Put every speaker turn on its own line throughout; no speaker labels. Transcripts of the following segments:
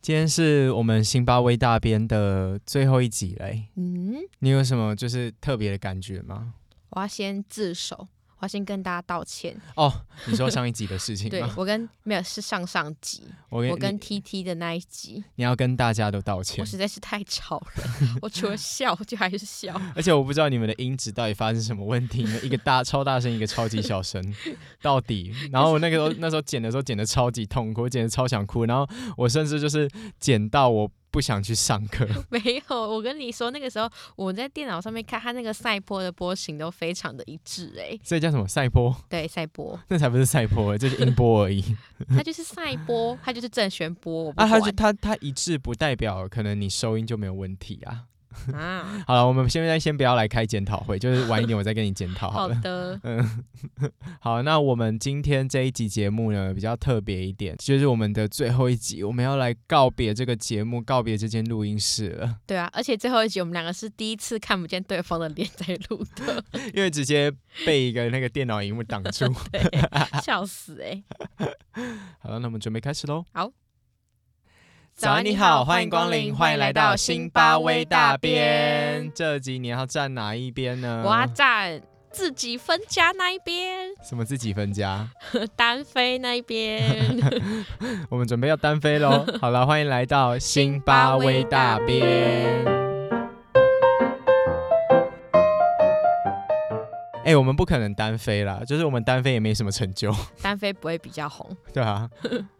今天是我们辛巴威大边的最后一集嘞，
嗯，
你有什么就是特别的感觉吗？
我要先自首，我要先跟大家道歉。
哦，你说上一集的事情
对
吗？
我跟没有是上上集，
啊我
我跟
你
TT 的那一集，
你要跟大家都道
我
歉，
实在是太吵 了，我除了笑就还是笑。
而且我不知道你们的音质到底发生什么问题，你们一个大超大声，一个超级小 声，到底。然后我那个时候那时候剪的时候剪的超级痛苦，我剪的超想哭，然后我甚至就是剪到我不想去上课。
没有，我跟你说，那个时候我在电脑上面看他那个赛坡的波形都非常的一致、诶，
所以叫什么赛波？
对，赛波，
那才不是赛波、欸，这是音波 而已。
它就是赛波， 它就是正弦波，我不
啊，
管
它就它它一致不代表可能你收音就没有问题啊。
啊，
好了，我们现在先不要来开检讨会，就是晚一点我再跟你检 讨好
嗯好
了。
的，
好，那我们今天这一集节目呢比较特别一点，就是我们的最后一集，我们要来告别这个节目，告别这间录音室了，
对啊，而且最后一集我们两个是第一次看不见对方的脸在录 的，
因为直接被一个那个电脑荧幕挡 住。
笑死哎、
好了，那我们准备开始喽。
好。
早安，你好，欢迎光临，欢迎来到辛巴威大边。这集你要站哪一边呢？
我要站自己分家那一边，
什么自己分家？
呃单飞那一边。
我们准备要单飞喽！好了，欢迎来到辛巴威大边。哎、我们不可能单飞啦，就是我们单飞也没什么成就，
单飞不会比较红。
对啊，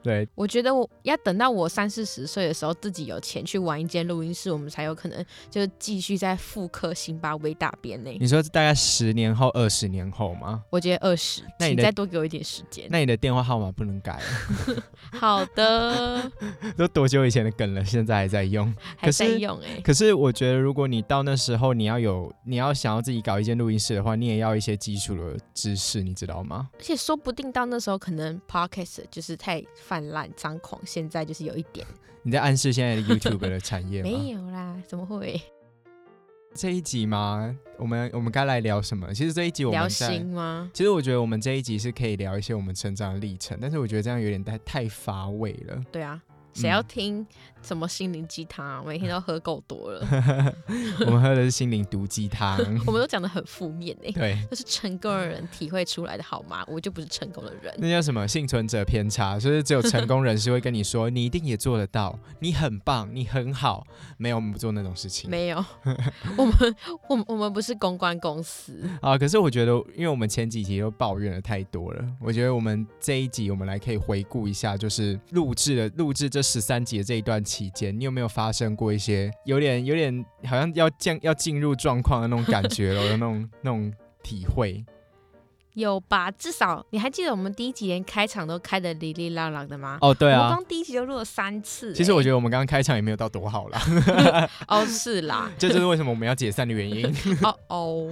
对，
我觉得我要等到我三四十岁的时候，自己有钱去玩一间录音室，我们才有可能就继续在复刻辛巴威大边呢。
你说大概十年后、二十年后吗？
我觉得二十，
那你
请
的
再多给我一点时间。
那你的电话号码不能改，
好的，
都多久以前的梗了，现在还在用。
还在用哎、
可是我觉得，如果你到那时候你要有你要想要自己搞一间录音室的话，你也要一些基础的知识，你知道吗？
而且说不定到那时候，可能 podcast 就是太泛滥张狂，现在就是有一点
你在暗示现在的 YouTube 的产业吗？
没有啦，怎么会
这一集嘛，我们我们该来聊什么？其实这一集我
聊
们在
心，吗？
其实我觉得我们这一集是可以聊一些我们成长的历程，但是我觉得这样有点太太乏味 了。
对啊，谁
嗯
要听什么心灵鸡汤、啊？每天都喝够多了，
我们喝的是心灵毒鸡汤，
我们都讲的很负面哎、欸，
对，
都是成功的人体会出来的好吗？我就不是成功的人，
那叫什么幸存者偏差，就是只有成功人士会跟你说你一定也做得到，你很棒，你很好。没有，我们不做那种事情。
没有，我们我们我们不是公关公司，
啊，可是我觉得，因为我们前几集都抱怨了太多了，我觉得我们这一集我们来可以回顾一下，就是录制的录制这十三集的这一段期间，你有没有发生过一些有点有点好像要进要进入状况的那种感觉 了，有那种那种体会？
有吧？至少你还记得我们第一集连开场都开的哩哩啦啦的吗？
哦，对
我们
啊。
光第一集就录了三次欸、
其实我觉得我们刚刚开场也没有到多好啦，
得哦是啦，
这就是为什么我们要解散的原因，
哦哦，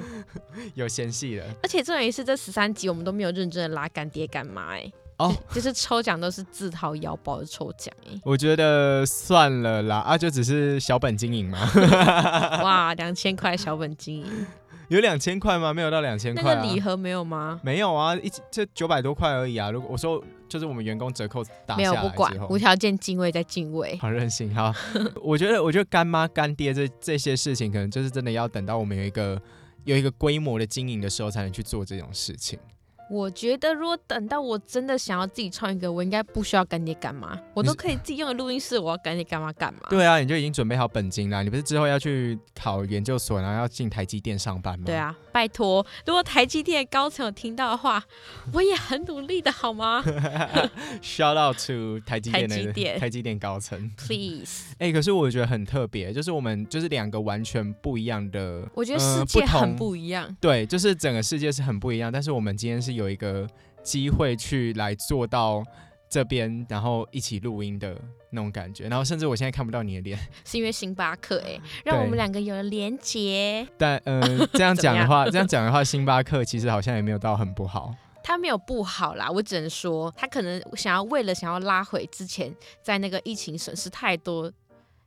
有嫌隙了。
而且重点是这十三集我们都没有认真的拉干爹干妈哎、
哦
就是抽奖都是自掏腰包的抽奖哎、
我觉得算了啦，啊，就只是小本经营嘛，
哇，两千块小本经营，
有两千块吗？没有到两千
那
块、啊。
个礼盒没有吗？
没有啊，一这九百多块而已啊。如果我说就是我们员工折扣打
没
下
有，
来
不管
之，后
无条件敬畏再敬畏。
好 任性哈。我觉得我觉得干妈干爹这这些事情，可能就是真的要等到我们有一个有一个规模的经营的时候，才能去做这种事情。
我觉得如果等到我真的想要自己创一个，我应该不需要干爹干妈，我
你
都
是
可以自己用的录音室，我要干爹干妈干嘛？
对啊，你就已经准备好本金啦。你不是之后要去考研究所，然后要进台积电上班吗？
对。啊，拜托，如果台积电的高层有听到的话，我也很努力的 好吗
Shout out to 台积电的
台积电
台积电高层。
？Please，
哎、可是我觉得很特别，就是我们就是两个完全不一样的，
我觉得
呃
世界
同
很不一样。
对，就是整个世界是很不一样，但是我们今天是有一个机会去来做到这边，然后一起录音的那种感觉，然后甚至我现在看不到你的脸，
是因为星巴克哎、让我们两个有了连结。
但 呃，这样
怎么
讲的话，这样讲的话，星巴克其实好像也没有到很不好，
他没有不好啦，我只能说他可能想要为了想要拉回之前在那个疫情损失太多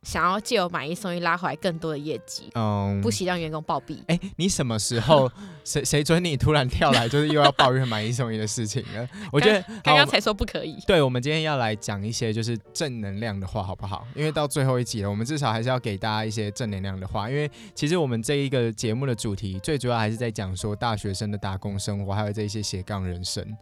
想要借由买一送一拉回来更多的业绩，
嗯，
不惜让员工暴毙。
哎、你什么时候 谁谁准你突然跳来，就是又要抱怨买一送一的事情了？我觉得
刚
好
刚才说不可以，
对，我们今天要来讲一些就是正能量的话，好不好？因为到最后一集了，我们至少还是要给大家一些正能量的话。因为其实我们这一个节目的主题，最主要还是在讲说大学生的打工生活，还有这一些斜杠人生。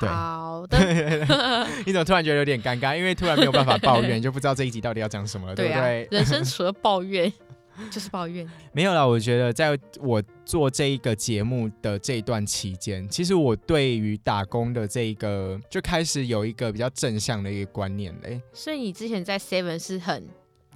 对
好 的，啊
你怎么突然觉得有点尴尬？因为突然没有办法抱怨，就不知道这一集到底要讲什么了，对
对
不
啊
对，？
人生除了抱怨 就是抱怨，
没有啦，我觉得在我做这一个节目的这一段期间，其实我对于打工的这一个就开始有一个比较正向的一个观念嘞。
所以你之前在 Seven 是很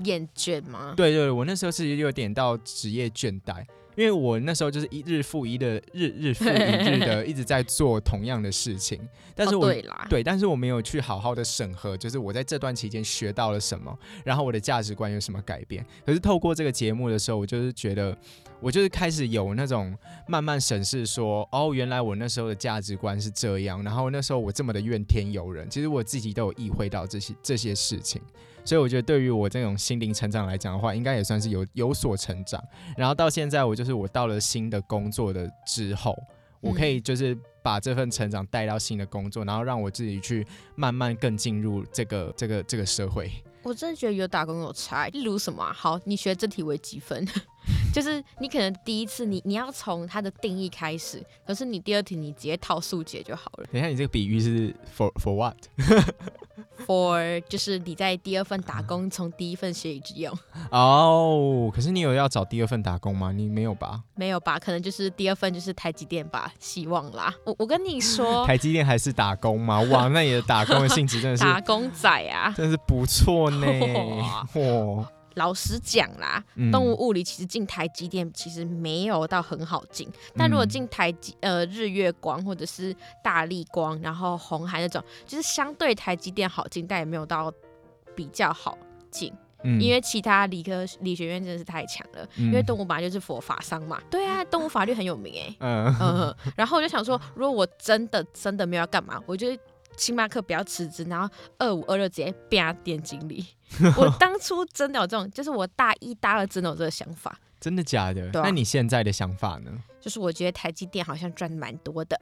厌倦吗？
对对，我那时候是有点到职业倦怠，因为我那时候就是一日复一的日日复一日的 一直在做同样的事情，但是
哦
我、
对啦，
对，但是我没有去好好的审核，就是我在这段期间学到了什么，然后我的价值观有什么改变。可是透过这个节目的时候，我就是觉得，我就是开始有那种慢慢审视说，哦，原来我那时候的价值观是这样，然后那时候我这么的怨天尤人，其实我自己都有意会到这些这些事情。所以我觉得，对于我这种心灵成长来讲的话，应该也算是有有所成长。然后到现在，我就是我到了新的工作的之后，我可以就是把这份成长带到新的工作，然后让我自己去慢慢更进入这个这个这个社会。
我真的觉得有打工有差，例如什么啊、好，你学这题为几分？ 就是你可能第一次你你要从它的定义开始，可是你第二题你直接套数解就好了。
等一下，你这个比喻是 for for what？
for 就是你在第二份打工从第一份学以致用，
哦、可是你有要找第二份打工吗？你没有吧？
没有吧？可能就是第二份就是台积电吧，希望啦。我我跟你说，
台积电还是打工吗？哇，那你的打工的性质真 的是
打工仔啊，
真的是不错呢。
哇
哇，
老实讲啦，
嗯
动物物理其实进台积电其实没有到很好进，但如果
嗯
进台积呃日月光或者是大力光，然后红海那种，就是相对台积电好进，但也没有到比较好进，
嗯
因为其他理科理学院真的是太强了，
因
因为动物本来就是佛法商嘛，对啊，动物法律很有名哎、
嗯
嗯，然后我就想说，如果我真的真的没有要干嘛，我就星巴克不要辞职，然后二五二六直接变店经理。我当初真的有这种，就是我大一大二真的有这个想法，
真的假的？
对啊
那你现在的想法呢？
就是我觉得台积电好像赚蛮多的，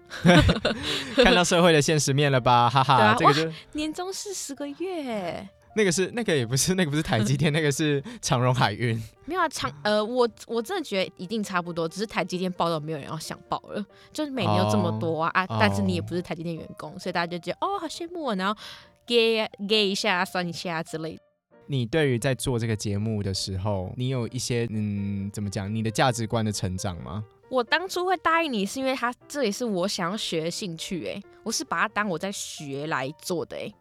看到社会的现实面了 吧？哈哈，
对啊
这个就
年终是十个月。
那个是那个也不是那个不是台 积电，那个是长荣海运。
没有啊，长呃，我我真的觉得一定差不多，只是台积电报到没有人要想报了，就是每年有这么多啊、啊，但是你也不是台积电员工，所以大家就觉得哦，好羡慕、哦，然后 gay gay 一下、酸一下之类的。
你对于在做这个节目的时候，你有一些嗯，怎么讲？你的价值观的成长吗？
我当初会答应你，是因为他这也是我想要学的兴趣、欸，我是把它当我在学来做的、欸，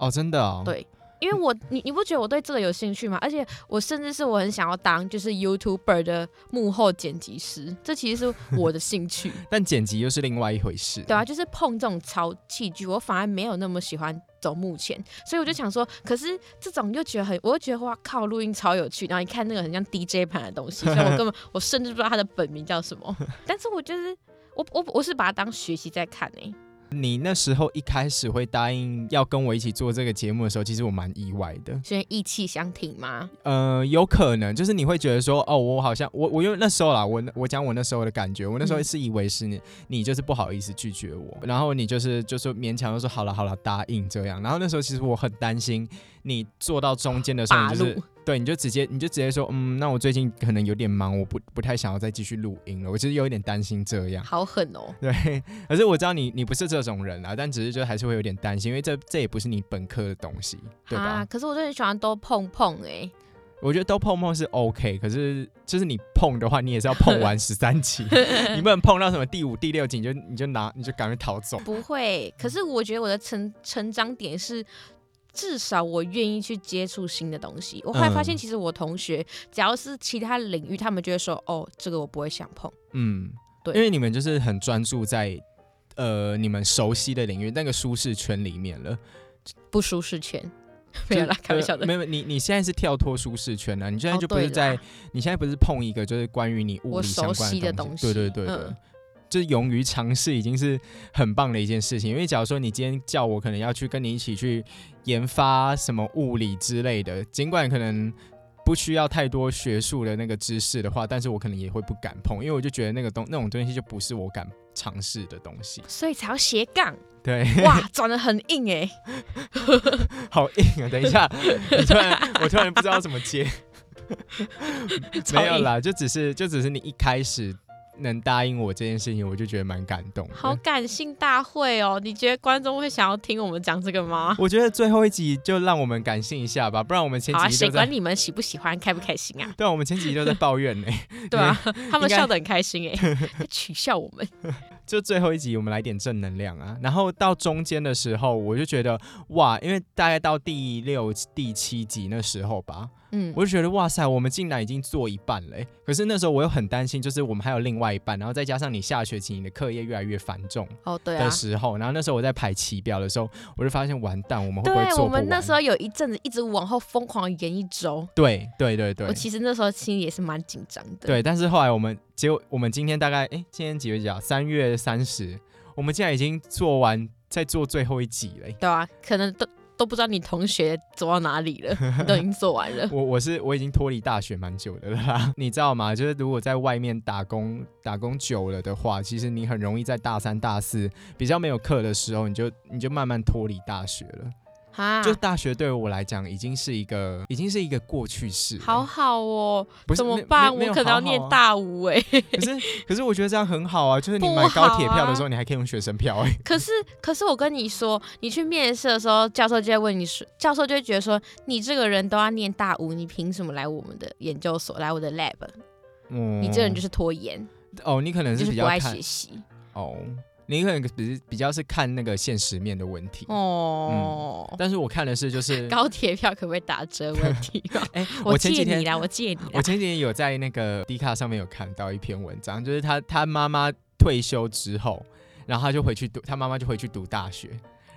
哦，真的哦。
对因为我你你不觉得我对这个有兴趣吗？而且我甚至是我很想要当就是 YouTuber 的幕后剪辑师，这其实是我的兴趣，
但剪辑又是另外一回事。
对啊，就是碰这种超器具，我反而没有那么喜欢走幕前，所以我就想说，可是这种又觉得很，我又觉得哇靠，录音超有趣，然后一看那个很像 DJ 盘的东西，所以我根本我甚至不知道它的本名叫什么， 但是我就是我我我是把它当学习在看欸诶、
你那时候一开始会答应要跟我一起做这个节目的时候，其实我蛮意外的。
所以意气相挺嘛，
呃，有可能就是你会觉得说，哦，我好像我我因为那时候啦，我我讲我那时候的感觉，我那时候
嗯
是以为是你，你就是不好意思拒绝我，然后你就是就是勉强就说好了好了答应这样，然后那时候其实我很担心你做到中间的时候，
八
你就是
路。
对，你就直接你就直接说，嗯，那我最近可能有点忙，我不不太想要再继续录音了，我其实有一点担心这样。
好狠哦！
对，可是我知道你你不是这种人啦，啊但只是就还是会有点担心，因为这这也不是你本科的东西，对吧？
啊，可是我就很喜欢多碰碰哎、
我觉得都碰碰是 OK，可是就是你碰的话，你也是要碰 完十三集，你不能碰到什么第五、第六集你就你就拿你就赶快逃走。
不会。可是我觉得我的成成长点是，至少我愿意去接触新的东西。我后来发现，
嗯
其实我同学只要是其他领域，他们就会说：“哦，这个我不会想碰。
嗯，
对
因为你们就是很专注在呃你们熟悉的领域那个舒适圈里面了。”
不舒适圈，
就
没有啦，开玩笑
呃
的。
没有，你你现在是跳脱舒适圈啊了、你现在
哦
就不是
对
在、
啦
你现在不是碰一个就是关于你物
我
理相
熟
关
悉的
东
东
对对
西
对对。
嗯
就是勇于尝试已经是很棒的一件事情。因为假如说你今天叫我，可能要去跟你一起去研发什么物理之类的，尽管可能不需要太多学术的那个知识的话，但是我可能也会不敢碰，因为我就觉得那个东那种东西就不是我敢尝试的东西。
所以才要斜 杠。
对，
哇，转的很硬哎、
好硬啊！等一下，你突然我突然不知道怎么接。
超
没
硬
有啦，就只是就只是你一开始能答应我这件事情，我就觉得蛮感动的。
好感性大会哦！你觉得观众会想要听我们讲这个吗？
我觉得最后一集就让我们感性一下吧，不然我们前
好啊，
几集
谁
都在、
管你们喜不喜欢、开不开心啊？
对啊，我们前几集都在抱怨 呢、
对啊，他
应
们
该
笑得很开心哎、 在取笑我们。
就最后一集我们来点正能量啊。然后到中间的时候，我就觉得哇，因为大概到第六、第七集那时候吧，
嗯，
我就觉得哇塞，我们竟然已经做一半了欸、可是那时候我又很担心，就是我们还有另外一半，然后再加上你下学期你的课业越来越繁重。
哦对啊
的，时候，然后那时候我在排期表的时候，我就发现完蛋，我们会不会
对
做
我
不完？
们那时候有一阵子一直往后疯狂延一周，
对对对对
我其实那时候心里也是蛮紧张的。，
对，但是后来我们结果我们今天大概哎，今天几月几号？三月三十，我们竟然已经做完，在做最后一集嘞。
对啊，可能都都不知道你同学走到哪里了，你都已经做完了。
我我是我已经脱离大学蛮久的了啦， 你知道吗？就是如果在外面打工打工久了的话，其实你很容易在大三大四比较没有课的时候，你就你就慢慢脱离大学了。
啊，
就大学对我来讲，已经是一个已经是一个过去式了。
好好哦，
不是
怎么
没
办？
没没有
我可能要
好好
念
啊
大五哎、
可是可是我觉得这样很好啊，就是你
不
买高铁
好啊
票的时候，你还可以用学生票哎、
可是，可是我跟你说，你去面试的时候，教授就会问你说，教授就会觉得说，你这个人都要念大五，你凭什么来我们的研究所，来我的 lab？、
嗯，
你这人就是拖延，
哦，你可能
就是是
比
不
较
爱
看
学习。
哦，你可能比是比较是看那个现实面的问题。
哦，
但是我看的是就是，
高铁票可不可以打折问题？
哎、
我
前
借
几
你
天
啦，我借你
我
啦。
前几天有在那个 D 卡上面有看到一篇文章，就是他他妈妈退休之后，然后他就回去读，他妈妈就回去读大学，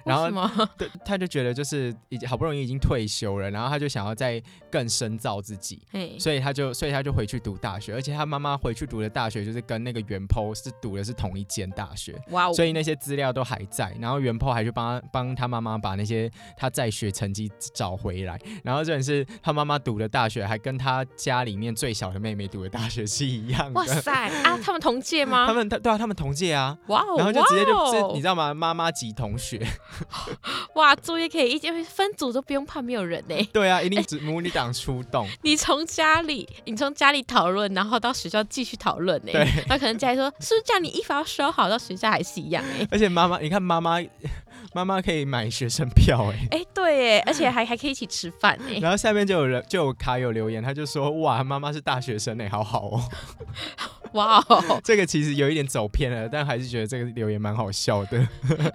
然后
为 什么？
对，他就觉得就是已经好不容易已经退休了，然后他就想要再更深造自己，
嘿
所以他就所以他就回去读大学，而且他妈妈回去读的大学就是跟那个袁剖是读的是同一间大学。
哇哦
所！以那些资料都还在，然后袁剖还去帮他帮他妈妈把那些他在学成绩找回来，然后这也是他妈妈读的大学，还跟他家里面最小的妹妹读的大学是一样
哇
的。
塞啊！ 他们同届
他
吗？
们他对啊，他们同届啊，
哇哦！
然后就直接就、
哇
这
哦
你知道吗？妈妈级同学，
哇，作业可以一起分组都不用怕没有人呢、欸
对 啊，一定指母女党出动。
你从家里，你从家里讨论，然后到学校继续讨论呢、
对
那可能家里说，是不是叫你衣服要收好，到学校还是一样、欸？
而且妈妈，你看妈妈，妈妈可以买学生票哎、
哎、对，哎，而且还还可以一起吃饭哎、
然后下面就有人就有卡友留言，他就说哇，妈妈是大学生哎、好好哦。
哇哦！
这个其实有一点走偏了，但还是觉得这个留言蛮好笑的。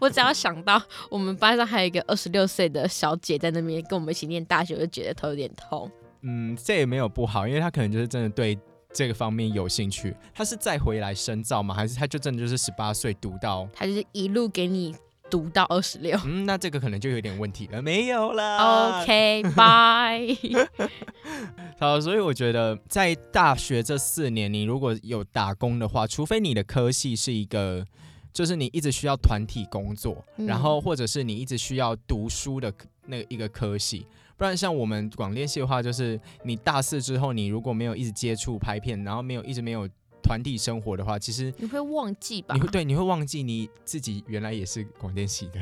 我只要想到我们班上还有一个二十六岁的小姐在那边跟我们一起念大学，我就觉得头有点痛。
嗯，这也没有不好，因为他可能就是真的对这个方面有兴趣。他是再回来深造吗？还是他就真的就是十八岁读到？
她就是一路给你读到二 十六。
嗯，那这个可能就有点问题了，没有啦。
OK，拜。
好，所以我觉得在大学这四年，你如果有打工的话，除非你的科系是一个，就是你一直需要团体工作，
嗯
然后或者是你一直需要读书的科那一个科系。不然像我们广电系的话，就是你大四之后，你如果没有一直接触拍片，然后没有一直没有团体生活的话，其实
你会忘记吧
你？会对你会忘记你自己原来也是广电系的。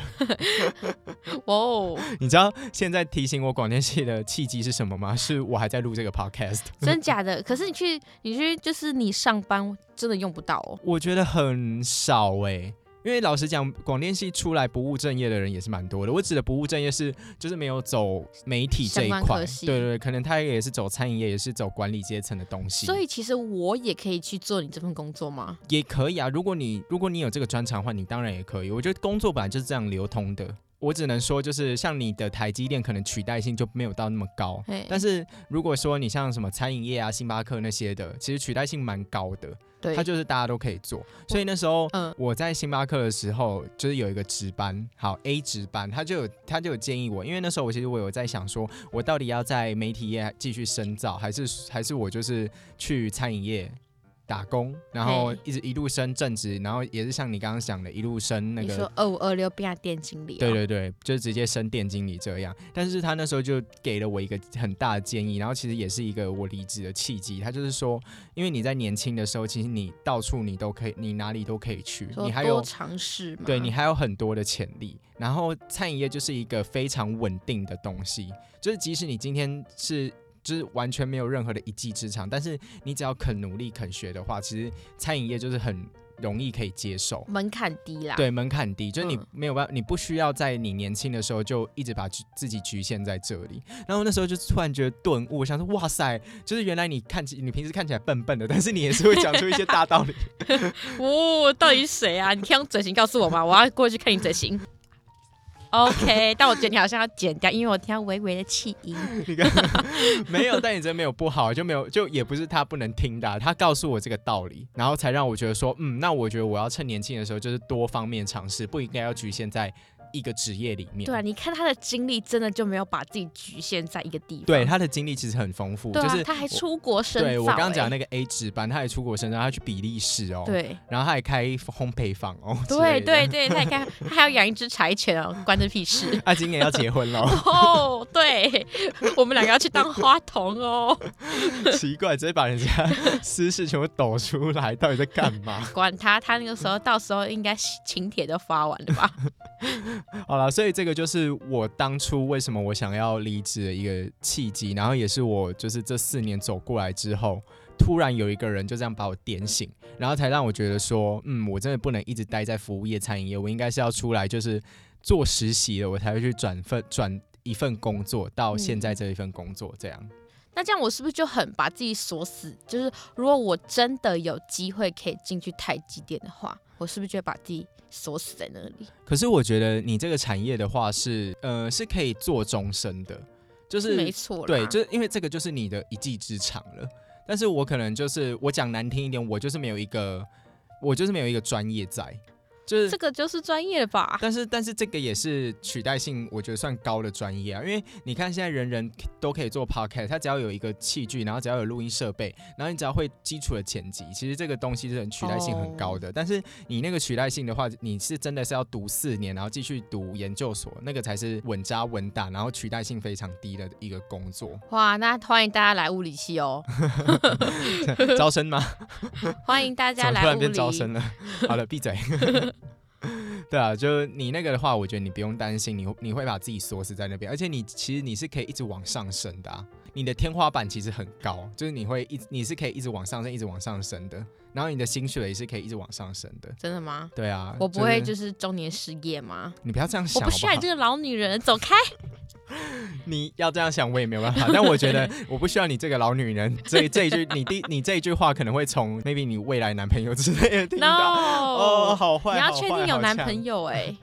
哇哦，
你知道现在提醒我广电系的契机是什么吗？是我还在录这个 podcast。
真 假的？可是你去，你去，就是你上班真的用不到哦。
我觉得很少哎、因为老实讲，广电系出来不务正业的人也是蛮多的。我指的不务正业是，就是没有走媒体这一
相关
块
科，系
对对对，可能他也是走餐饮业，也是走管理阶层的东西，
所以其实我也可以去做你这份工作吗？
也可以啊。如果你如果你有这个专长的话，你当然也可以。我觉得工作本来就是这样流通的。我只能说，就是像你的台积电，可能取代性就没有到那么高。
嘿
但是如果说你像什么餐饮业啊、星巴克那些的，其实取代性蛮高的。
对
它，就是大家都可以做。所以那时候，
嗯
我在星巴克的时候，就是有一个值班，好 A 值班，他就有他就有建议我，因为那时候我其实我有在想说，我到底要在媒体业继续深造，还是还是我就是去餐饮业打工，然后
嘿
一直一路升正职，然后也是像你刚刚讲的，一路升那
你
个
说二五二六变成店经理、啊
对，对对，就直接升店经理这样。但是他那时候就给了我一个很大的建议，然后其实也是一个我离职的契机。他就是说，因为你在年轻的时候，其实你到处你都可以，你哪里都可以去，
说
你还
多
有
尝试嘛。
对你还有很多的潜力。然后餐饮业就是一个非常稳定的东西，就是即使你今天是。就是完全没有任何的一技之长，但是你只要肯努力、肯学的话，其实餐饮业就是很容易可以接受。
门槛低啦。
对，门槛低，就是你
嗯
没有办法，你不需要在你年轻的时候就一直把局自己局限在这里。然后那时候就突然觉得顿悟，想说哇塞，就是原来你看起你平时看起来笨笨的，但是你也是会讲出一些大道 理。
哦，到底是谁啊？你可以用嘴型告诉 我吗？我要过去看你嘴型。OK，但我觉得你好像要剪掉，因为我听到微微的气音。
你看，没有，但你真没有不好，就没有，就也不是他不能听的啊、他告诉我这个道理，然后才让我觉得说，嗯，那我觉得我要趁年轻的时候，就是多方面尝试，不应该要局限在一个职业里面。
对啊，你看他的经历真的就没有把自己局限在一个地方。
对，他的经历其实很丰富，
对啊，
就是
他还
我
出国深造、
对我刚刚讲
欸
那个 A 值班，他也出国深造，他去比利时哦，，
对
然后他还开烘焙坊哦，
对
之类的
对，对，他 还看他还要养一只柴犬哦，关这屁事。
他啊今年要结婚 了，
哦，对，我们两个要去当花童哦，
奇怪，直接把人家私事全部抖出来，到底在干 嘛？
管他，他那个时候到时候应该请帖都发完了吧？
好了，所以这个就是我当初为什么我想要离职的一个契机，然后也是我就是这四年走过来之后。突然有一个人就这样把我点醒，然后才让我觉得说，嗯，我真的不能一直待在服务业、餐饮业，我应该是要出来就是做实习了，我才会去转份转一份工作到现在这一份工作这样。
那这样我是不是就很把自己锁死？就是如果我真的有机会可以进去台积电的话，我是不是就会把自己锁死在那里？
可是我觉得你这个产业的话是，呃，是可以做终身的，就是
没错啦，
对，就是因为这个就是你的一技之长了。但是我可能就是我讲难听一点，我就是没有一个，我就是没有一个专业在，就是。
这个就是专业吧？
但是，但是这个也是取代性，我觉得算高的专业啊。因为你看，现在人人都可以做 podcast，他只要有一个器具，然后只要有录音设备，然后你只要会基础的剪辑，其实这个东西是很取代性很高的。但是你那个取代性的话，你是真的是要读四年，然后继续读研究所，那个才是稳扎稳打，然后取代性非常低的一个工 作。
哇，那欢迎大家来物理 系哦，
招生吗？
欢迎大
怎
家
么
来
突然
物
变
理。
招生了？ 好了，闭嘴。 对啊，就你那个的话，我觉得你不用担心，你你会把自己锁死在那边，而且你其实你是可以一直往上升的、啊，你的天花板其实很高，就是你会一直你是可以一直往上升，一直往上升的，然后你的薪水也是可以一直往上升的。
真的吗？
对啊，
我不会就是是中年失业吗？
你不要这样
我
想好
不
不
需要
好
你这？个老女人，走开！
你要这样想，我也没有办法。但我觉 得我不需要你这个老女人，这这一句你第你这一句话可能会从 maybe 你未来男朋友之类的听
no，、
到。 哦，好坏，
你要
好
确
坏
定有
好
男
呛
朋友哎、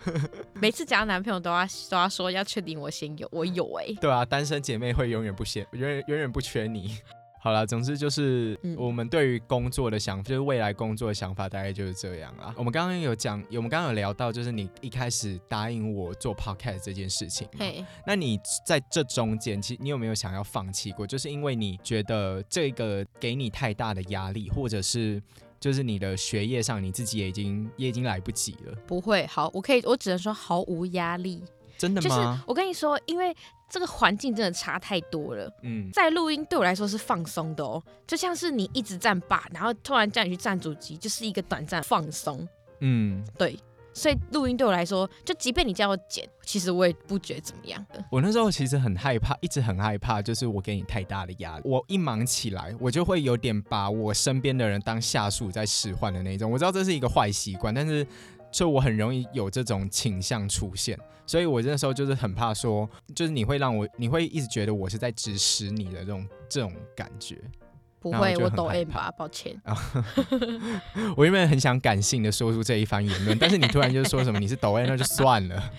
每次讲到男朋友都要都要说要确定我先有，我有哎、
对啊，单身姐妹会永远不缺，永远永远不缺你。 好啦，总之就是
嗯
我们对于工作的想，就是未来工作的想法，大概就是这样啦。我们刚刚有讲，我们刚刚有聊到，就是你一开始答应我做 podcast 这件事情嘛，
嘿，
那你在这中间，其实你有没有想要放弃过？就是因为你觉得这个给你太大的压力，或者是就是你的学业上你自己也已经也已经来不及了，
不会，好，我可以，我只能说毫无压力。
真的
就是
吗？
我跟你说，因为这个环境真的差太多了。
嗯，
在录音对我来说是放松的哦，就像是你一直站吧，然后突然叫你去站主机，就是一个短暂放松。
嗯，
对，所以录音对我来说，就即便你叫我剪，其实我也不觉得怎么样的。
我那时候其实很害怕，一直很害怕，就是我给你太大的压力。我一忙起来，我就会有点把我身边的人当下属在使唤的那种。我知道这是一个坏习惯，但是就我很容易有这种倾向出现，所以我那时候就是很怕说，就是你会让我，你会一直觉得我是在指使你的这种这种感觉。
不
那我
会，
就
我
很
抖
害
M
怕
吧，抱歉。
我原本很想感性的说出这一番言论，但是你突然就说什么你是抖 M，那就算了。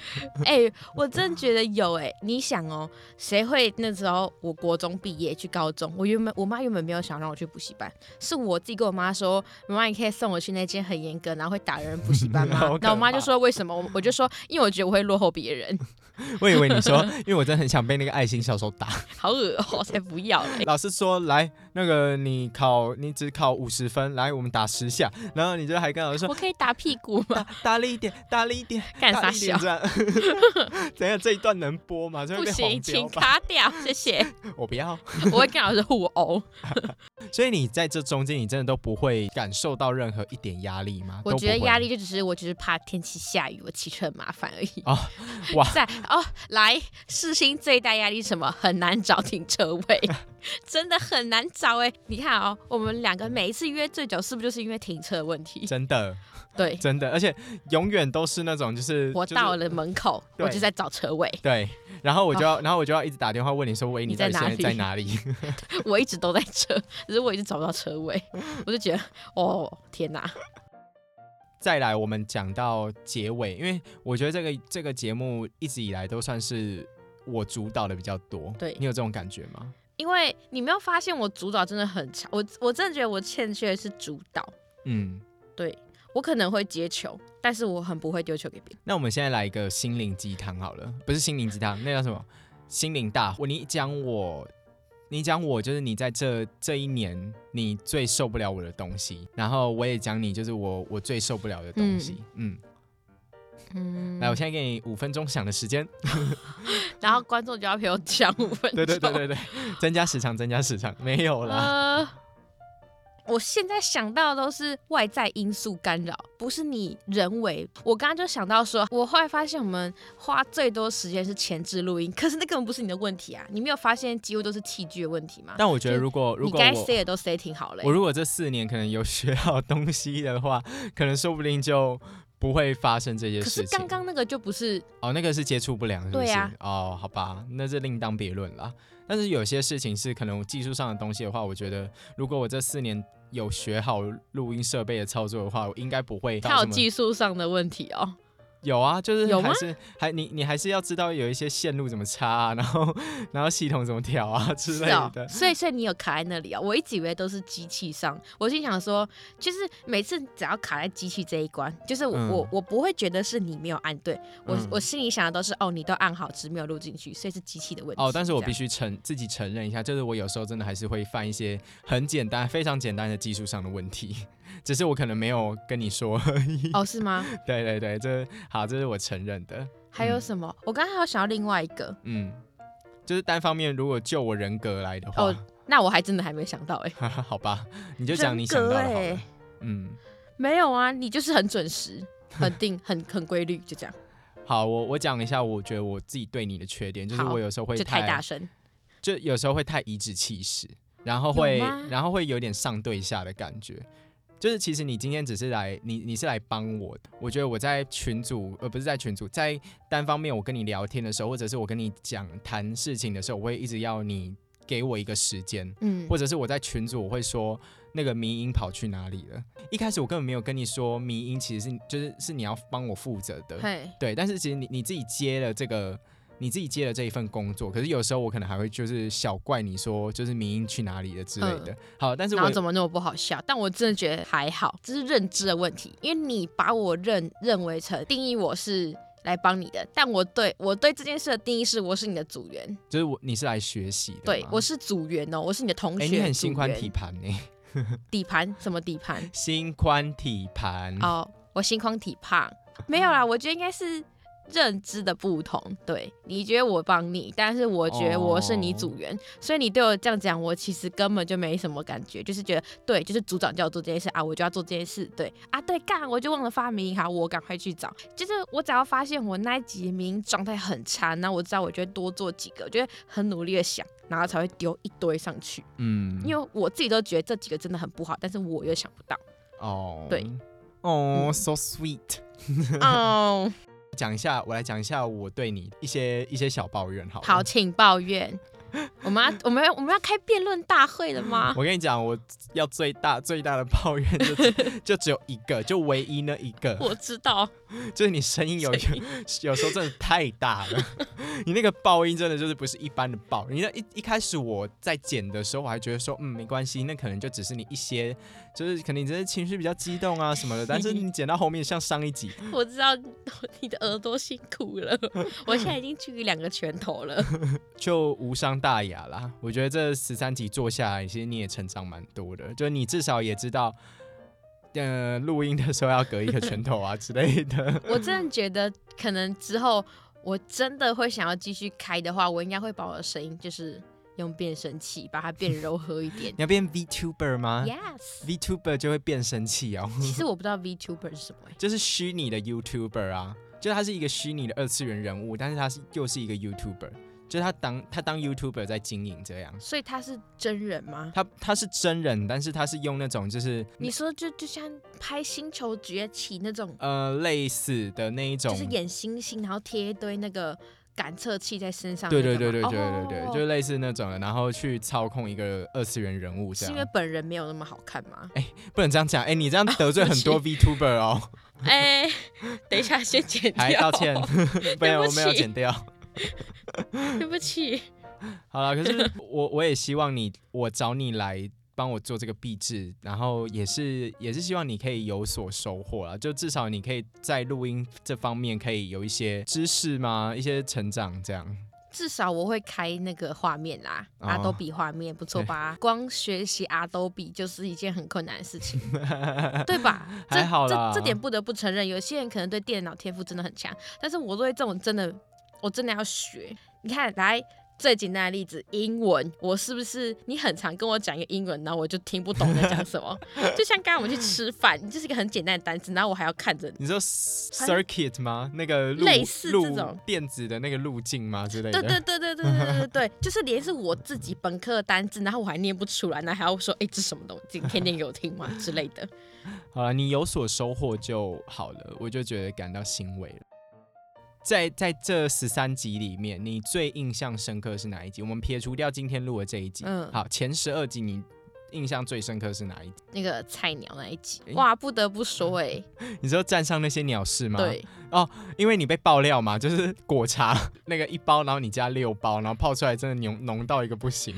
哎、我真的觉得有哎、你想哦，谁会那时候我国中毕业去高中？我原本我妈原本没有想让我去补习班，是我自己跟我妈说，妈妈你可以送我去那间很严格然后会打人的补习 班
好可？
吗然后我妈就
怕
说为什么？我我就说因为我觉得我会落后别人，
我以为你说，因为我真的很想被那个爱心小手打。
好恶哦、才不要嘞！
老师说，来那个呃，你考你只考五十分，来我们打十下，然后你就还跟老师 说
我可以打屁股吗？
大力一 点，大力一点，
干
大
啥
力一点
小？
这样。 怎样这一段能播吗？就会
不
被
行，
黄
请
标吧？
卡掉，谢谢。
我不要。
我会跟老师互殴。
所以你在这中间，你真的都不会感受到任何一点压力吗？啊
我
都
觉得
不会
压力就只是我只是怕天气下雨，我骑车很麻烦而已。
哦哇
在哦，来世新最大压力是什么？很难找停车位， 真的很难找哎。你看哦，我们两个每一次约最久，是不是就是因为停车问题？
真的
对，
真的，而且永远都是那种就是
我
就是
到了门口，
对
我就在找车位，
对，然后我就要，然后我就要一直打电话问你说，喂，
你
你
在
到底现
哪
在在
里
哪里？
我一直都在车， 只是我一直找不到车位，我就觉得哦天哪，
再来，我们讲到结尾，因为我觉得这个这个节目一直以来都算是我主导的比较多。
对
你有这种感觉吗？
因为你没有发现我主导真的很差，我我真的觉得我欠缺的是主导。
嗯，
我可能会接球，但是我很不会丢球给别人。
那我们现在来一个心灵鸡汤好
嗯
了，不是心灵鸡汤，那叫什么？心灵大我你讲我，你讲我，就是你在这这一年你最受不了我的东西，然后我也讲你，就是我我最受不了的东西。嗯，
嗯，
来，我现在给你五分钟想的时 间。
然后观众就要陪我讲五分钟。
对对对对对，增加时长，增加时长，没有啦。
呃，我现在想到的都是外在因素干扰，不是你人为。我刚刚就想到说，我后来发现我们花最多时间是前置录音，可是那根本不是你的问题啊！你没有发现几乎都是器具的问题吗？
但我觉得
就
如果如
你
果
该
我
say 的都 say 挺好了、
我如果这四年可能有学到东西的话，可能说不定就不会发生这些
可是
事情。
刚刚那个就不是
哦，那个是接触不良，是不是？
对啊
哦，好吧，那是另当别论啦。但是有些事情是可能技术上的东西的话，我觉得如果我这四年有学好录音设备的操作的话，我应该不会到
它有
什么
技术上的问题哦。
有啊，就是
有吗
还是还你你还是要知道有一些线路怎么插、啊，然后然后系统怎么调啊之
是
类
哦
的，。
所以所以你有卡在那里啊、我一直以为都是机器上，我心想说，就是每次只要卡在机器这一关，就是我、
嗯
我我不会觉得是你没有按对，我、
嗯
我心里想的都是哦，你都按好，只是没有录进去，所以是机器的问题。
哦，但是我必
须
须承自己承认一下，就是我有时候真的还是会犯一些很简单、非常简单的技术上的问题， 只是我可能没有跟你说而已。
哦，是吗？
对对对，这好，这是我承认的。
还有什么？我刚刚还有想到另外一个，
嗯，就是单方面，如果就我人格来的话，
哦那我还真的还没想到哎、
好吧，你就
人
讲你想到
格
的好了。
欸
嗯，
没有啊，你就是很准时、很定、很很规律，就这样，
好，我我讲一下，我觉得我自己对你的缺点，就是
好
我有 时候会
就
太
太大声。
就有时候会太颐指气使，然后会
有吗
然后会有点上对下的感觉。就是其实你今天只是来，你你是来帮我的。我觉得我在群组，呃，不是在群组，在单方面我跟你聊天的时候，或者是我跟你讲谈事情的时候，我会一直要你给我一个时间，
嗯，
或者是我在群组我会说那个迷音跑去哪里了。一开始我根本没有跟你说迷音其实是就是是你要帮我负责的，
嘿，
对，但是其实你你自己接了这个，你自己接了这一份工作，可是有时候我可能还会就是小怪你说就是民音去哪里了之类的。好，但是
嗯然后
我
怎么那么不好笑？但我真的觉得还好，这是认知的问题，因为你把我认认为成定义我是来帮你的，但我对我对这件事的定义是我是你的组员，
就是我你是来学习的吗，
对我是组员哦，我是你的同
哎、
学。
你很
组
心宽
员
体盘呢、
底盘什么底盘？
心宽体盘。
哦，我心宽体胖，没有啦，我觉得应该是。认知的不同，对你觉得我帮你，但是我觉得我是你组员，所以你对我这样讲，我其实根本就没什么感觉，就是觉得对，就是组长叫我做这件事啊，我就要做这件事，对啊，对，干我就忘了发明，好，我赶快去找，就是我只要发现我那一集明明状态很差，那我知道我就会多做几个，我就会很努力的想，然后才会丢一堆上去，
嗯，
因为我自己都觉得这几个真的很不好，但是我又想不到，
哦，
对，
哦、
嗯
s o sweet。
哦，
讲一下，我来讲一下我对你一些一些小抱怨好了，
好，请抱怨。 我们要我们要我们要开辩论大会了吗？
我跟你讲，我 要最大最大的抱怨就只就只有一个，就唯一那一个。
我知道，
就是你声音有
声
有时候真的太大了， 你那个爆音真的就是不是一般的爆。你那一一开始我在剪的时候，我还觉得说，嗯，没关系，那可能就只是你一些，就是可能你真的情绪比较激动啊什么的。但是你剪到后面，像上一集，
我知道你的耳朵辛苦了，我现在已经距离两个拳头了。
就无伤大雅啦。我觉得这十三集做下来，其实你也成长蛮多的，就是你至少也知道，呃，录音的时候要隔一个拳头啊之类 的。
我真的觉得，可能之后我真的会想要继续开的话，我应该会把我的声音就是用变声器把它变柔和一点
。你要变 VTuber 吗
yes，
？VTuber 就会变声器哦，
其实我不知道 VTuber 是什么、欸，
就是虚拟的 YouTuber 啊，就他是一个虚拟的二次元人物，但是他是又是一个 YouTuber，就是他当他当 YouTuber 在经营这样。
所以他是真人吗？
他他是真人，但是他是用那种就是
你说就就像拍《星球崛起》那种，
呃类似的那一种
就是演星星，然后贴一堆那个感测器在身上
对
那种
对
吗。
对对对对对，
哦
就类似那种的，然后去操控一个二次元人物这
是因为
样，
本人没有那么好看吗？
不能这样讲，哎、你这样得罪很多 VTuber 哦，
哎、等一下，先剪
还
掉，
道歉， 不然
对不
我
起
没有剪掉。
对不起。
好了，可是 我我也希望你，我找你来帮我做这个壁纸，然后也是也是希望你可以有所收获啦，就至少你可以在录音这方面可以有一些知识嘛，一些成长这样。
至少我会开那个画面啦，
哦
阿斗比画面不错 吧？光学习阿斗比就是一件很困难的事情， 对吧？这
还好啦
这这点不得不承认，有些人可能对电脑天赋真的很强，但是我对这种真的，我真的要学。你看，来。最简单的例子，英文，我是不是你很常跟我讲一个英文，然后我就听不懂在讲 什么？就像刚刚我们去吃饭，这是一个很简单的单词，然后我还要看 着你。
你说 circuit 吗？那个路
类似这种
路电子的那个路径吗之类的？
对对对对对对对对对，就是连是我自己本科的单字，然后我还念不出来，那还要说哎、这什么东西，天天给我听嘛之类 的。
好了，你有所收获就好了，我就觉得感到欣慰了。在在这十三集里面，你最印象深刻是哪一集？我们撇除掉今天录的这一集，
嗯
好，前十二集你印象最深刻是哪一集？
那个菜鸟那一集
诶，
哇，不得不说哎、
你说站上那些鸟事吗？，
对，
因为你被爆料嘛，就是果茶那个一包，然后你加六包，然后泡出来真的浓浓到一个不 行，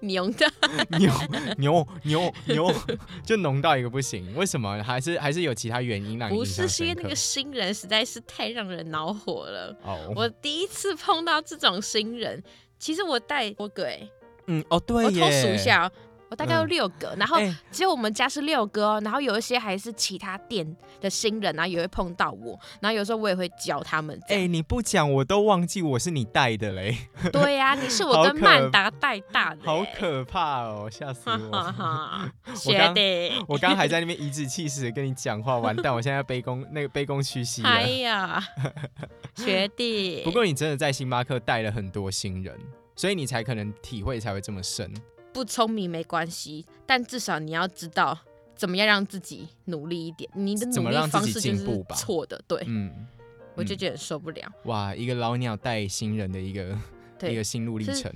牛的，
牛牛牛牛，就浓到一个不行。为什么？还是还是有其他原因让你
不
印象
是是
深
因为
刻？
那个新人实在是太让人恼火了。
哦，
我第一次碰到这种新人，其实我带多个哎、
嗯哦对
我
耶，
偷数一下哦、我大概有
嗯
六个，然后
哎
只有我们家是六个哦，然后有一些还是其他店的新人，然后也会碰到我，然后有时候我也会教他们这
哎、
样。
你不讲我都忘记我是你带的嘞，
对呀、你是
好
我跟
可
曼达带大的、欸，
好可怕哦，吓死
哈哈
我！
哈，
我
学
刚
的，
我刚还在那边颐指气使地跟你讲话，完蛋，我现在卑躬那个卑躬屈膝
哎
了。
呀， 学弟。
不过你真的在星巴克带了很多新人，所以你才可能体会才会这么深。
不聪明没关系，但至少你要知道怎么样让自己努力一点。你的
怎
努
么
力
让自
方
己
式就
进步
是
吧
错的，对、
嗯，
我就
嗯
觉得很受不了。
哇，一个老鸟带新人的一个一个
对，
心路历程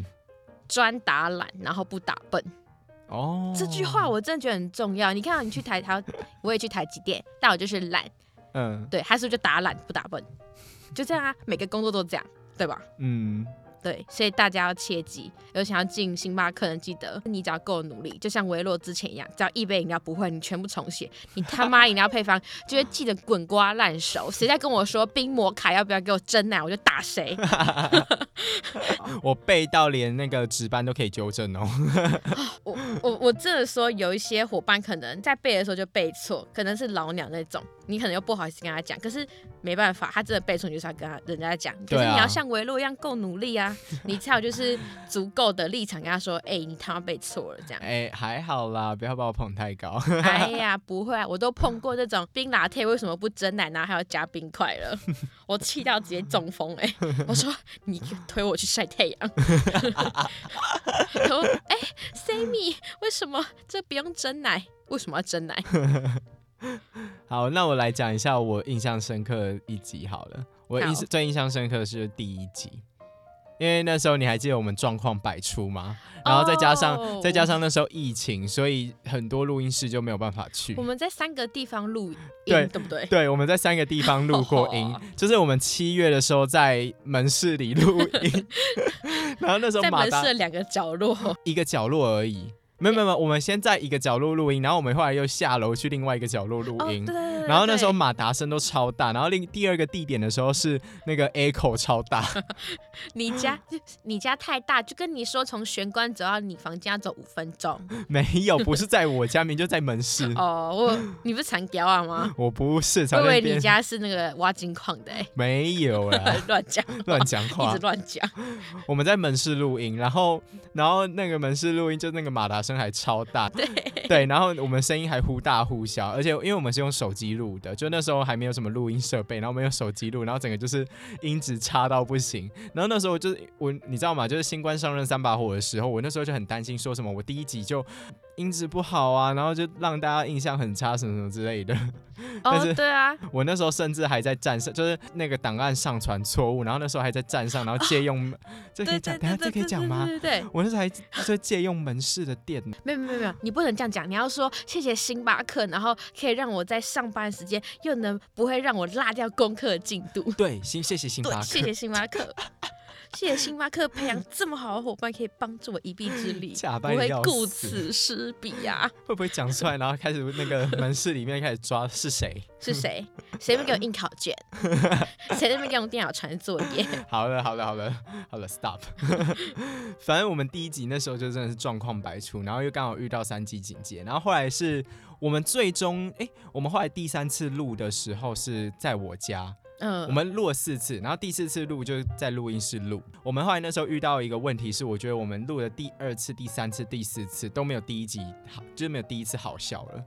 专打懒，然后不打笨。
哦。
这句话我真的觉得很重要。你看，你去台淘，我也去台积电，但我就是懒，
嗯
对，他是不是就打懒不打笨？就这样啊，每个工作都这样，对吧？
嗯，
对，所以大家要切记，有想要进星巴克的，记得你只要够努力，就像维洛之前一样，只要一杯饮料不会，你全部重写，你他妈饮料配方就会记得滚瓜烂熟。谁再跟我说冰摩卡要不要给我真奶，我就打谁。
我背到连那个值班都可以纠正哦。
我我我真的说，有一些伙伴可能在背的时候就背错，可能是老鸟那种，你可能又不好意思跟他讲，可是没办法，他真的背错，你就是要跟他人家讲，可
对
是
啊
你要像维洛一样够努力啊，你才有就是足够的立场跟他说，哎、你他妈背错了 这样。
哎、还好啦，不要把我捧太高。
哎呀，不会啊，我都碰过这种冰拿铁，为什么不蒸奶，然后还要加冰块 了？我气到直接中风哎、我说你推我去晒太 阳。 然后哎、s a m m y 为什么这不用蒸奶？为什么要 蒸奶？
好，那我来讲一下我印象深刻的一集好了。我印
好
最印象深刻的是第一集，因为那时候你还记得我们状况百出吗？然后再加上、
哦
再加上那时候疫情，所以很多录音室就没有办法去
我。们在三个地方录音，
对
对不对？，
对，我们在三个地方录过音 就是我们七月的时候在门市里录 音，然后那时候
在
马
门市
达
的两个角落，
一个角落而已。没有没有没有，我们先在一个角落录音，然后我们后来又下楼去另外一个角落 录
哦，对
音。
对对对
然后那时候
对
马达声都超大，然后另第二个地点的时候是那个 echo 超大，
你家你家太大，就跟你说从玄关走到你房间要走五分 钟。
没有，不是在我家，明明就在门市。
哦，我你不是馋屌啊吗？
我不是
我
常
以为
在
你
边
家是那个挖金矿的、欸，
没有啦，
乱讲，
乱讲
一
话
直。乱讲。
我们在门市录音，然后然后那个门市录音就那个马达声还超大，对然后我们声音还忽大忽小，而且因为我们是用手机录的，就那时候还没有什么录音设备，然后我们用手机录，然后整个就是音质差到不行。然后那时候我就是我你知道吗？就是新官上任三把火的时候，我那时候就很担心，说什么我第一集就音质不好啊，然后就让大家印象很差什么什么之类的。但是
哦，对啊，
我那时候甚至还在站上，就是那个档案上传错误，然后那时候还在站上，然后借用，这可以
啊对
讲，
对
等下
对
这
对
可以
对
讲
对
吗？
对对，
我那时候还就借用门市的电脑，
没有没有没有，你不能这样讲，你要说谢谢星巴克，然后可以让我在上班时间又能不会让我落掉功课进度。
对，星谢谢星巴
对，
克，
谢谢星巴克。谢谢星巴克培养这么好的伙伴，可以帮助我一臂之力，
假
不
扮
会
要
顾
死
此失彼呀、啊。
会不会讲出来，然后开始那个门市里面开始抓是谁？
是谁？谁没给我印考 卷？谁那边给我电脑传作业？
好了好了好了好了，stop。反正我们第一集那时候就真的是状况百出，然后又刚好遇到三级警戒，然后后来是我们最终，哎、我们后来第三次录的时候是在我家，我
嗯，
们录了四次，然后第四次录就是在录音室录。我们后来那时候遇到一个问题是，我觉得我们录的第二次、第三次、第四次都没有第一集好，就是没有第一次好笑了。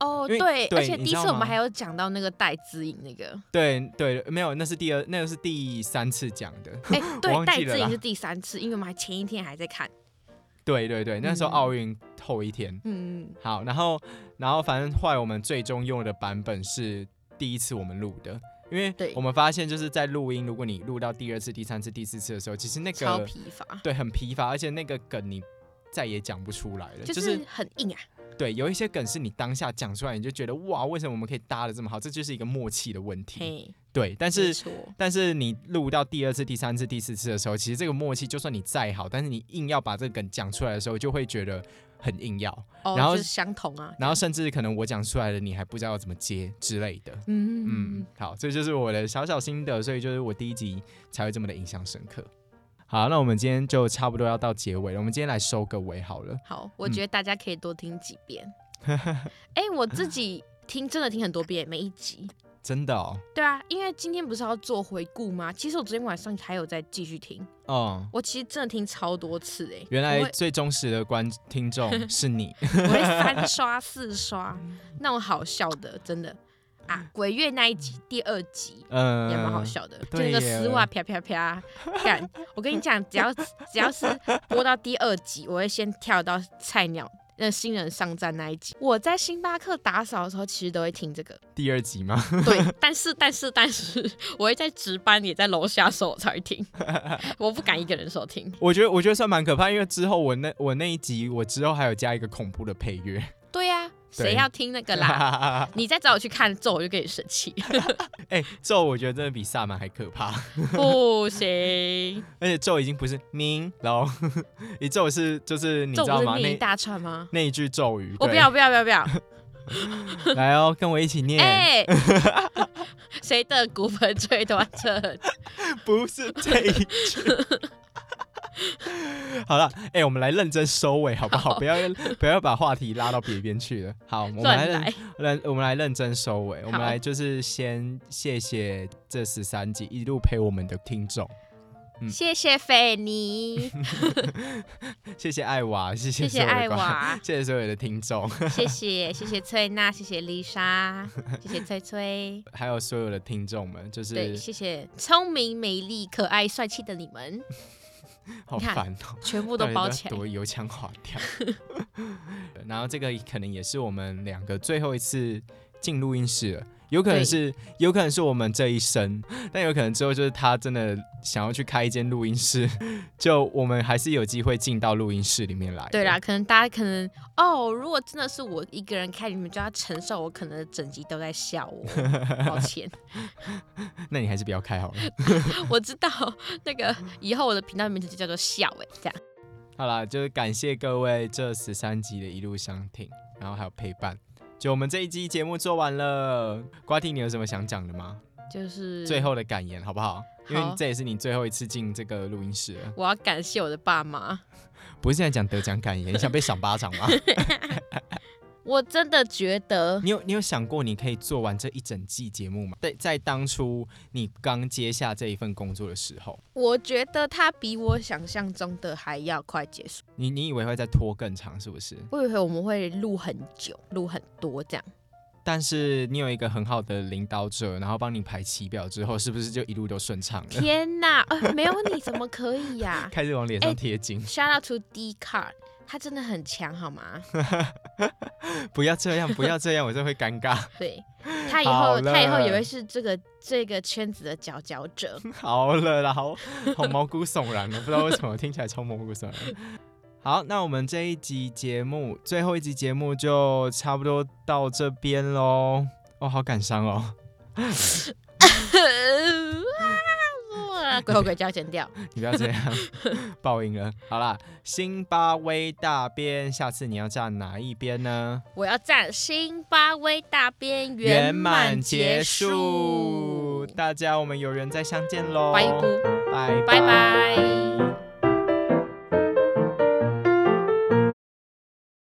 哦，
因为
对，
对
而且
你
第一
知
次
道
我们
吗
还有讲到那个戴资颖 那个，
对对，没有，那是第二，那个是第三次讲的。
哎，对，
忘
戴
记了
资颖
啦
是第三次，因为我们还前一天还在看，
对对对，那时候
嗯
奥运后一天。
嗯，
好，然后然后反正后来我们最终用的版本是第一次我们录的。因为
对
我们发现，就是在录音，如果你录到第二次、第三次、第四次的时候，其实那
超
个
疲乏，
对很疲乏，而且那个梗你再也讲不出来了，
就是很硬啊，
对，有一些梗是你当下讲出来，你就觉得哇，为什么我们可以搭的这么好？这就是一个默契的问题。
嘿，
对，但
没
是
错
但是你录到第二次、第三次、第四次的时候，其实这个默契就算你再好，但是你硬要把这个梗讲出来的时候，就会觉得很硬要，
哦，
然后
就是相同啊，
然后甚至可能我讲出来了，你还不知道怎么接之类的。
嗯
嗯，好，这就是我的小小心得，所以就是我第一集才会这么的印象深刻。好，那我们今天就差不多要到结尾了，我们今天来收个尾好了。
好，我
嗯
觉得大家可以多听几遍， 哎，我自己听真的听很多遍，每一集。
真的哦，
对啊，因为今天不是要做回顾吗？其实我昨天晚上还有在继续听，
嗯，
我其实真的听超多次哎、
原
我
来
会
最忠实的 观听众是你，
我会三刷四刷，那种好笑的，真的啊！鬼月那一集第二集
嗯，
也蛮好。笑的，就
对
那个
耶
丝袜啪啪啪，干！我跟你讲，只要只要是播到第二集，我会先跳到菜鸟。那新人上站那一集，我在星巴克打扫的时候，其实都会听这 个。
第二集吗？
对，但是但是但是，我会在值班也在楼下的时候我才 会听，我不敢一个人收听。
我觉得我觉得算蛮可怕，因为之后我那我那一集我之后还有加一个恐怖的配乐。
对呀、
对
谁要听那 个啦？
哎
你再找我去看咒，我就跟你生气，
咒我觉得真的比萨满还可怕，
不行。
而且咒已经不是明喽，一 咒是就是你知
咒
道
不是
吗？
念一
那
大串吗？
那一句咒语，
我
对
不要，不要不要不要！
来哦，跟我一起 念，
哎，谁的骨盆最啊端正？
不是这一句。 好了，哎、我们来认真收尾好不好？
好
不要不要把话题拉到别边去了。好，我们来
乱
认
来！
认，我们来认真收尾。我们
好
来就是先谢谢这十三集一路陪我们的听众，嗯
谢谢菲尼，
谢谢艾娃，谢谢
谢谢
所有的
艾
观
娃
谢谢所有的听众，
谢谢谢谢翠娜，谢谢丽莎，谢谢翠翠，
还有所有的听众们，就
对，
是
谢谢聪明、美丽、可爱、帅气的你们，
好
你看
烦哦、
全部
我
都包起来。
多油腔 滑调。然后这个可能也是我们两个最后一次进录音室了。有可能
对
是，有可能是我们这一生，但有可能之后就是他真的想要去开一间录音室，就我们还是有机会进到录音室里面来。
对啦，，可能大家可能哦，如果真的是我一个人开，你们就要承受我可能整集都在笑我，抱歉，
那你还是不要开好了。
我知道那个以后我的频道名字就叫做笑哎、这样
好啦，就是感谢各位这十三集的一路相挺，然后还有陪伴。就我们这一期节目做完了，瓜蒂，你有什么想讲的吗？
就是
最后的感言好不好？因为
好
这也是你最后一次进这个录音室了，
我要感谢我的爸妈，
不是现在讲得奖感言，你想被赏巴掌吗？
我真的觉得
你有你有想过你可以做完这一整季节目吗？在在当初你刚接下这一份工作的时候，
我觉得他比我想象中的还要快结束。
你你以为会再拖更长是不是？
我以为我们会录很久，录很 多这样。
但是你有一个很好的领导者，然后帮你排期表之后，是不是就一路都顺畅了？
天哪，呃、没有你怎么可以呀、
开始往脸上贴金，
Shout out to D Car，他真的很强好吗？
不要这样，不要这样，我真的会尴尬。
对他以
好
后
了
他以后也会是这个这个圈子的佼佼 者。
好了啦， 好好毛骨悚然的，不知道为什么听起来超毛骨悚然。好，那我们这一集节目最后一集节目就差不多到这边喽。哦，好感伤哦，
啊 鬼吼鬼叫剪掉，
你不要这样， 报应了。好啦，辛巴威大边，下次你要站哪一边呢？
我要站辛巴威大边满结
大家我们有缘再相见喽，
拜拜
拜
拜拜。